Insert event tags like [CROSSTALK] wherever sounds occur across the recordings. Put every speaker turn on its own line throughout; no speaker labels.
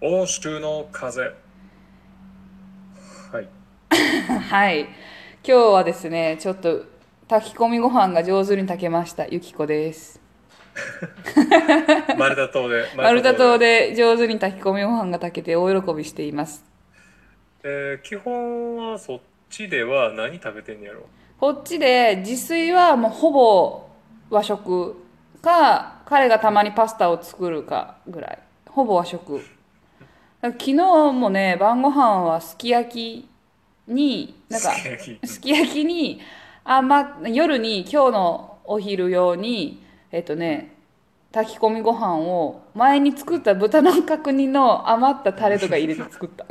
欧州の風。はい。
はい。今日はですね、ちょっと炊き込みご飯が上手に炊けました。ゆきこです。
マルタ島
[LAUGHS]
で。
マルタ島。で上手に炊き込みご飯が炊けて大喜びしています。
えー基本はそっちでは何食べてんやろ
こっちで自炊はもうほぼ和食か、彼がたまにパスタを作るかぐらい。ほぼ和食。だから昨日もね、晩ご飯はすき焼きに、なんか、
すき焼き。
すき焼きに、あ、ま、夜に今日のお昼用に、えっとね、炊き込みご飯を前に作った豚の角煮の余ったタレとか入れて作った。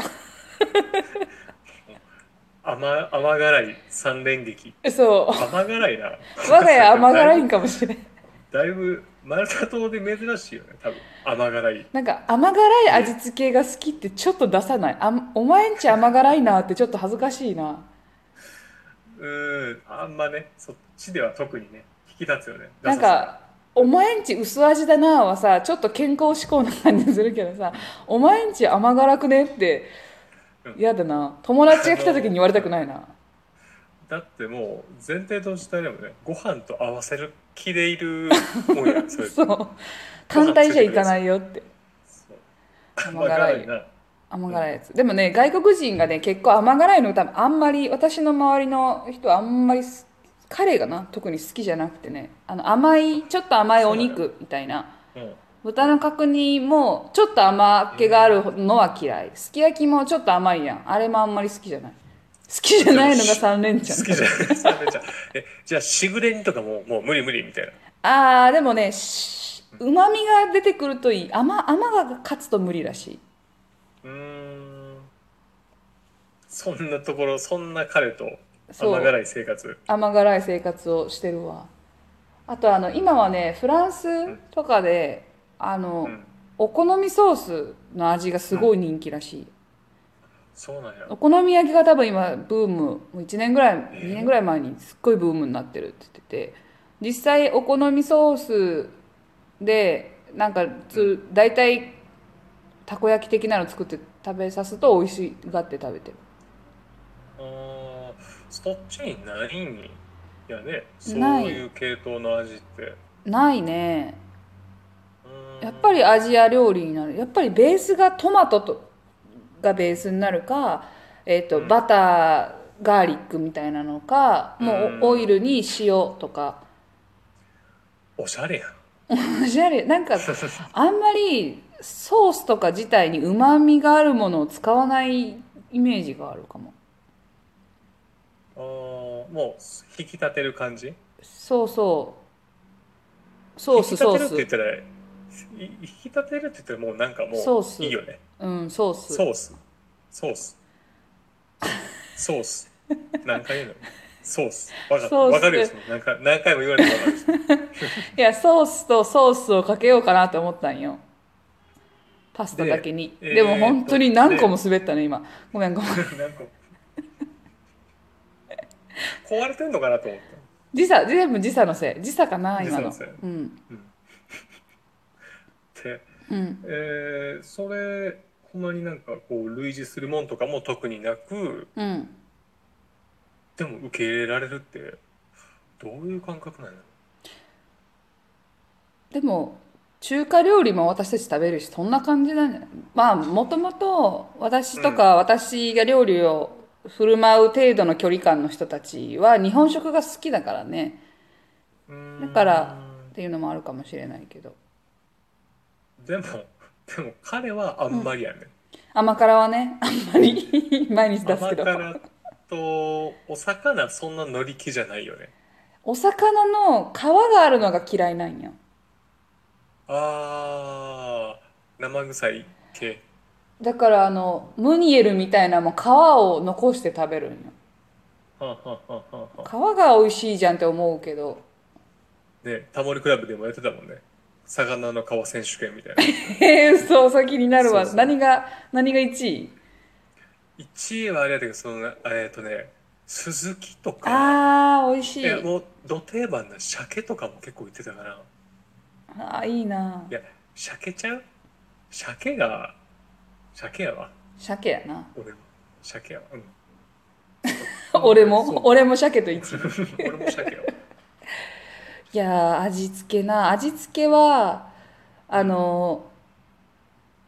甘、甘辛い三連撃。
[LAUGHS] そ
甘辛いな。
う。 [LAUGHS] 我が家甘辛い
だい
んかもしれない。
ぶ。だいぶ、マルタ島で珍しいよね、多分。甘辛い。
なんか甘辛い味付けが好きってちょっと出さない。あんお前んち甘辛いなってちょっと恥ずかしいな。
うーん、あんまね、そっちでは特にね、引き立つよね。
なんか、お前んち薄味だなはさ、ちょっと健康志向な感じするけどさ、お前んち甘辛くねって
うん、
嫌だな。友達が来た時に言われたくないな。
だってもう前提としてでもねご飯と合わせる気でいるもんやそれ
[LAUGHS] そう。単体じゃいかないよって。
そう
甘辛い
甘な
甘辛いやつ。でもね、外国人がね、結構甘辛いの多分あんまり、私の周りの人はあんまりす、彼がな、特に好きじゃなくてね、あの甘い、ちょっと甘いお肉みたいな。
うん
豚の角煮もちょっと甘っ気があるのは嫌いすき焼きもちょっと甘いやんあれもあんまり好きじゃない好きじゃないのが三連チ
好
ャン
きじゃないそれじゃえじゃあしぐれ煮とかももう無理無理みたいな
あーでもねうまみが出てくるといい甘甘が勝つと無理らしいう
ーんそんなところそんな彼と
そう
甘辛い生活
甘辛い生活をしてるわあとあの今はねフランスとかであの、
うん
お好みソースの味がすごい人気らしい、
そうなんや
お好み焼きが多分今ブームもう1年ぐらい2年ぐらい前にすっごいブームになってるって言ってて実際お好みソースでなんかつ大体たこ焼き的なの作って食べさすと美味しがって食べてる
あーそっちにないんやねそう
ない
いう系統の味って
ないね
うーん
やっぱりアジア料理になるやっぱりベースがトマトとがベースになるか、えーと
うん
バターガーリックみたいなのかもう
うん
オイルに塩とか。 [LAUGHS]
おしゃれやん
おしゃれなんかあんまりソースとか自体にうまみがあるものを使わないイメージがあるかも
あーもう引き立てる感じ
そうそうソースソ
引き立てる
ー
っ
ス
て言ったらい引き立てるって言ったらもうなんかも
ソース
ういいよね
うんソース
ソースソースソース何回言うのソースわかった
ソース
わかるよその何回何回も言われてもわかるよ
いやソースとソースをかけようかなと思ったんよパスタだけに
で
で,、
え
も
ー
本当に
と
何個も滑ったね今ごめんごめん
[LAUGHS] なんか壊れてんのかなと思っ
時差全部時差のせい時差かな今の
時差のせい
うん
たで、
うん
えーそれほんまになんかこう類似するもんとかも特になく
うん
でも受け入れられるってどういう感覚なんや
でも中華料理も私たち食べるしそんな感じなんじゃないまあもともと私とか私が料理を振る舞う程度の距離感の人たちは日本食が好きだからね
うーん
だからっていうのもあるかもしれないけど
でも、でも彼はあんまりやね。
甘辛はねあんまり [LAUGHS] 毎日出す
甘
けど
辛とお魚そんな乗り気じゃないよね。
お魚の皮があるのが嫌いなんよ
あー、生臭い系。
だからあのムニエルみたいなもん皮を残して食べるんよ
はあはあはあはあは
皮が美味しいじゃんって思うけど [LAUGHS]
あね、タモリクラブでもやってたもんね。魚の皮選手権みたい
[LAUGHS]
な。
えー、そう、さ気になるわ。
そうそう
何が、何が1位
1位はあれやったけど、その、えっとね、スズキとか、
あー、美味
い
しい。
や、もう、ど定番な鮭とかも結構言ってたから、。
あー、いいない
や、鮭ちゃう鮭が、鮭やわ
鮭やな
俺も鮭やわ、うん
[LAUGHS] 俺
そう [LAUGHS]
も俺も鮭と一緒
俺も鮭やわ
いやー味付けな味付けはあの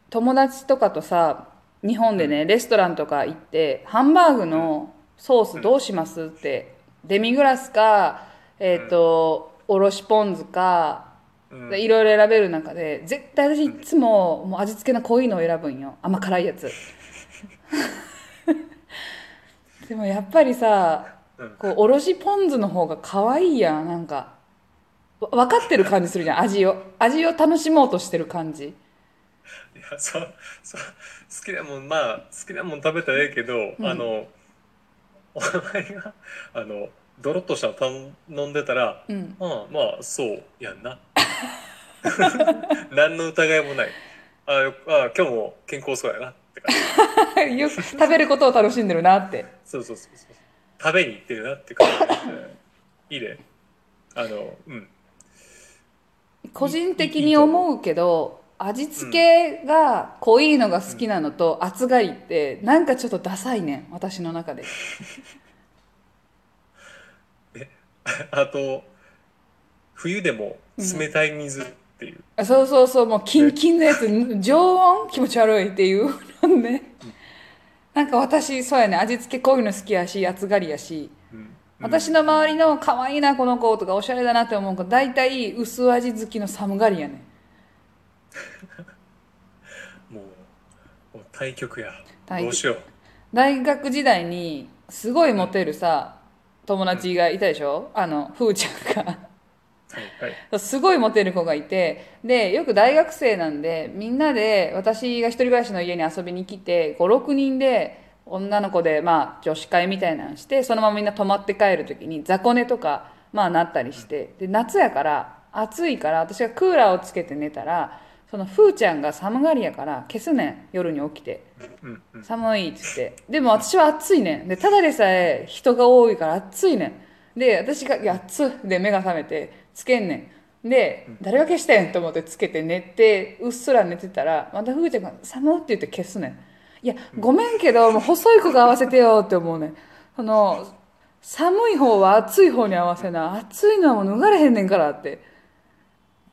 ー友達とかとさ日本でねレストランとか行ってハンバーグのソースどうしますってデミグラスかえっとおろしポン酢か
うん
でいろいろ選べる中で絶対私いつももう味付けの濃いのを選ぶんよ甘辛いやつ
[LAUGHS]
でもやっぱりさ
うん
こうおろしポン酢の方が可愛いやんなんかわ分かってる感じするじゃん味を味を楽しもうとしてる感じ
いやそうそう好きなもんまあ好きなもん食べたらええけど、
うん
あのお前があのドロッとしたの頼んでたら
うん
まあまあそうやんな [LAUGHS] 何の疑いもないあよあ今日も健康そうやなって感じ
よく食べることを楽しんでるなって
そうそうそうそう食べに行ってるなって感じでいいねあのうん
個人的に思うけど味付けが濃いのが好きなのと厚がりってなんかちょっとダサいねん私の中で
あと冬でも冷たい水っていう、
あそうそうそうもうキンキンのやつ常温気持ち悪いっていうのねなんか私そうやね味付け濃いの好きやし厚がりやし
うん
私の周りの可愛いなこの子とかおしゃれだなって思う子大体薄味好きの寒がりやねん
もうもう対局や
対
ど
局
うしよう
大学時代にすごいモテるさ友達がいたでしょあのふーちゃんが
はいはい
すごいモテる子がいて、で、よく大学生なんで、みんなで、私が一人暮らしの家に遊びに来て、5、6人で、女の子で、まあ、女子会みたいなのして、そのままみんな泊まって帰るときに、雑魚寝とか、まあ、なったりして、で、夏やから、暑いから、私がクーラーをつけて寝たら、その、ふーちゃんが寒がりやから、消すねん、夜に起きて。
うんうん
寒いっつってでも私は暑いねんでただでさえ人が多いから暑いねんで私が「いや暑っ」で目が覚めてつけんねんで誰が消してんと思ってつけて寝てうっすら寝てたらまたふーちゃんが「寒っ」って言って消すねんいやごめんけどもう細い子が合わせてよって思うねんその寒い方は暑い方に合わせな暑いのはもう脱がれへんねんからって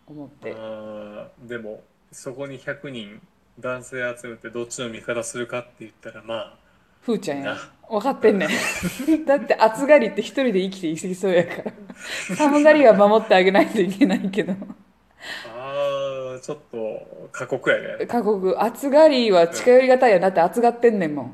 思って
あーでもそこに100人男性集めてどっちの味方するかって言ったらま
ふーちゃんや。分かってんねん。 [LAUGHS] だって暑がりって一人で生きていきそうやから。寒がりは守ってあげないといけないけど。
ああーちょっと過酷やね
過酷。暑がりは近寄りがたいや。だって暑がってんねんもん。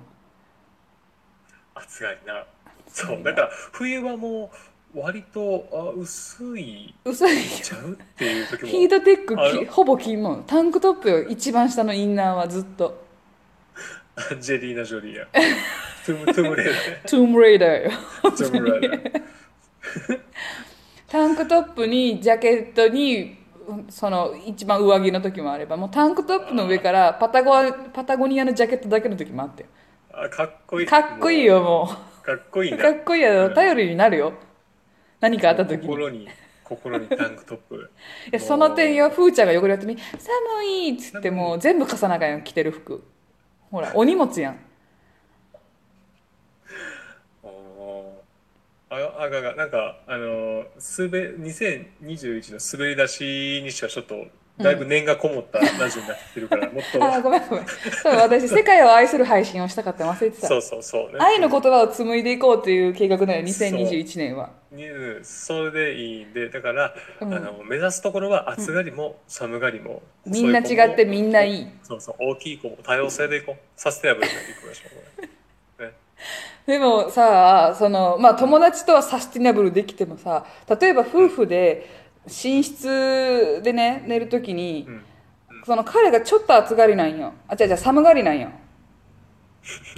暑がりなそうだから冬はもう割とあ薄い
嘘でし
ちゃうっていう時
ょ。
も
ヒートテック
あ
き
の
ほぼ金もん。タンクトップよ。一番下のインナーはずっと。
ジェリーナ・ジョリ [LAUGHS] ーやトゥム・トゥムレイダーね
トゥームレイダーよ。
トゥムレイダー
タンクトップにジャケットにうんその一番上着の時もあればもうタンクトップの上からパタゴアパタゴニアのジャケットだけの時もあって
あかっこいい
かっこいいよもう。
かっこいいな
かっこいいや
う
ろ
ん
頼りになるよ何かあった時にい
心に心にタンクトッ
[LAUGHS]
プ
やその点よ
もう
ふーちゃんが汚れやってみ「寒い」っつってもう全部貸さなあかんやん着てる服ほらお荷物やん
おーああががなんかあのーすべ2021の滑り出しにしてはちょっとだいぶ念がこもったラジオになってきてる
[LAUGHS]
から、もっと
あーごめんごめんそう私世界を愛する配信をしたかったの忘れてた
そうそうそうね
愛の言葉を紡いでいこうという計画だよ2021年は
にうんそれでいいんでだから、
うん
あの目指すところは暑がりも寒がりも、
みんな
そういう子も
違ってみんないい
そうそう大きい子も多様性でいこうサステナブルでいきましょう
でもさその、まあ、友達とはサスティナブルできてもさ例えば夫婦で寝室でね寝るときに、
これ、うん
その彼がちょっと暑がりなんよ。あ、違う違う、寒がりなんよ。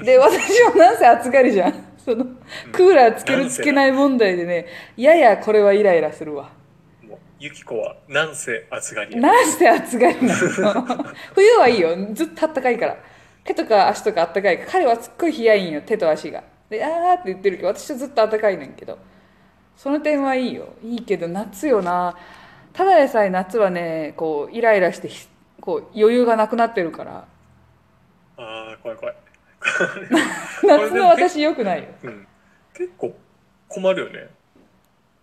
で、私はなんせ暑がりじゃん。その、クーラーつけるつけない問題でね、ややこれはイライラするわ。
もうゆきこはなんせ暑がりや
なんせ暑がりなの [LAUGHS] 冬はいいよ。ずっとあったかいから。手とか足とかあったかいから。彼はすっごい冷やいんよ、手と足が。で、あーって言ってるけど、私はずっとあったかいねんけど。その点はいいよ。いいけど、夏よな。ただでさえ夏はね、こう、イライラしてひ、こう、余裕がなくなってるから。
あ怖い怖い。
夏の私よくないよ
うん。結構困るよね。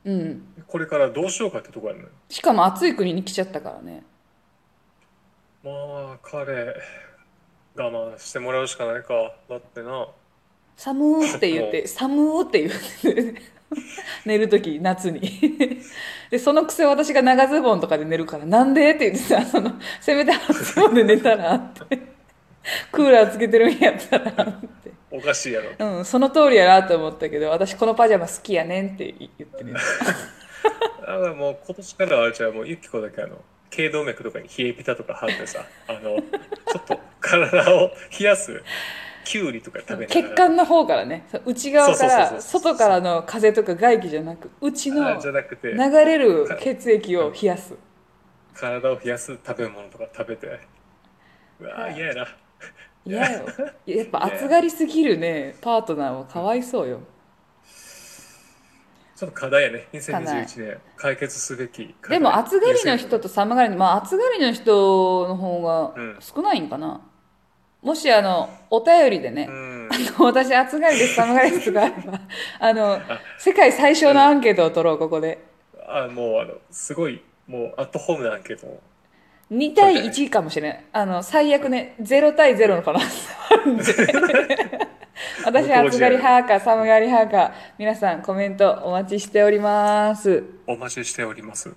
うん
これからどうしようかってとこやね。
しかも暑い国に来ちゃったからね
まあ、彼、我慢してもらうしかないか。だってな。
寒ーって言って寒ーって言って [LAUGHS] 寝る時夏にでそのくせ私が長ズボンとかで寝るからなんでって言ってさそのせめて半ズボンで寝たらってクーラーつけてるんやったらって
おかしいやろ。
うんその通りやなと思ったけど私このパジャマ好きやねんって言ってね
だからもう今年からはじゃあもうユキコだけあの頸動脈とかに冷えピタとか貼ってさあのちょっと体を冷やすキュウリとか食べながら
血管の方からねそう内側か
そう
ら
そうそうそう
外からの風とか外気じゃなく内
あ
の
じゃなくて
流れる血液を冷やす
体を冷やす食べ物とか食べてうわ
は
ー
い
嫌やな
嫌よやっぱ暑がりすぎるねパートナーはかわいそうよ
ちょっと課題やね
課題
2021年解決すべき課題
でも暑がりの人と寒がりのまあ暑がりの人の方が
うん
少ないんかな、もしあのお便りでね、
うん
あの私暑がりです寒がりですがあれ
[LAUGHS]
ばあの世界最小のアンケートを取ろうここで
あもうあのすごいもうアットホームなんけど
2対1かもしれないあの最悪ね0対0の可能性ある
[LAUGHS]
んで私
向こう試
暑
合
がり派か寒がり派か皆さんコメントお待ちしております
お待ちしております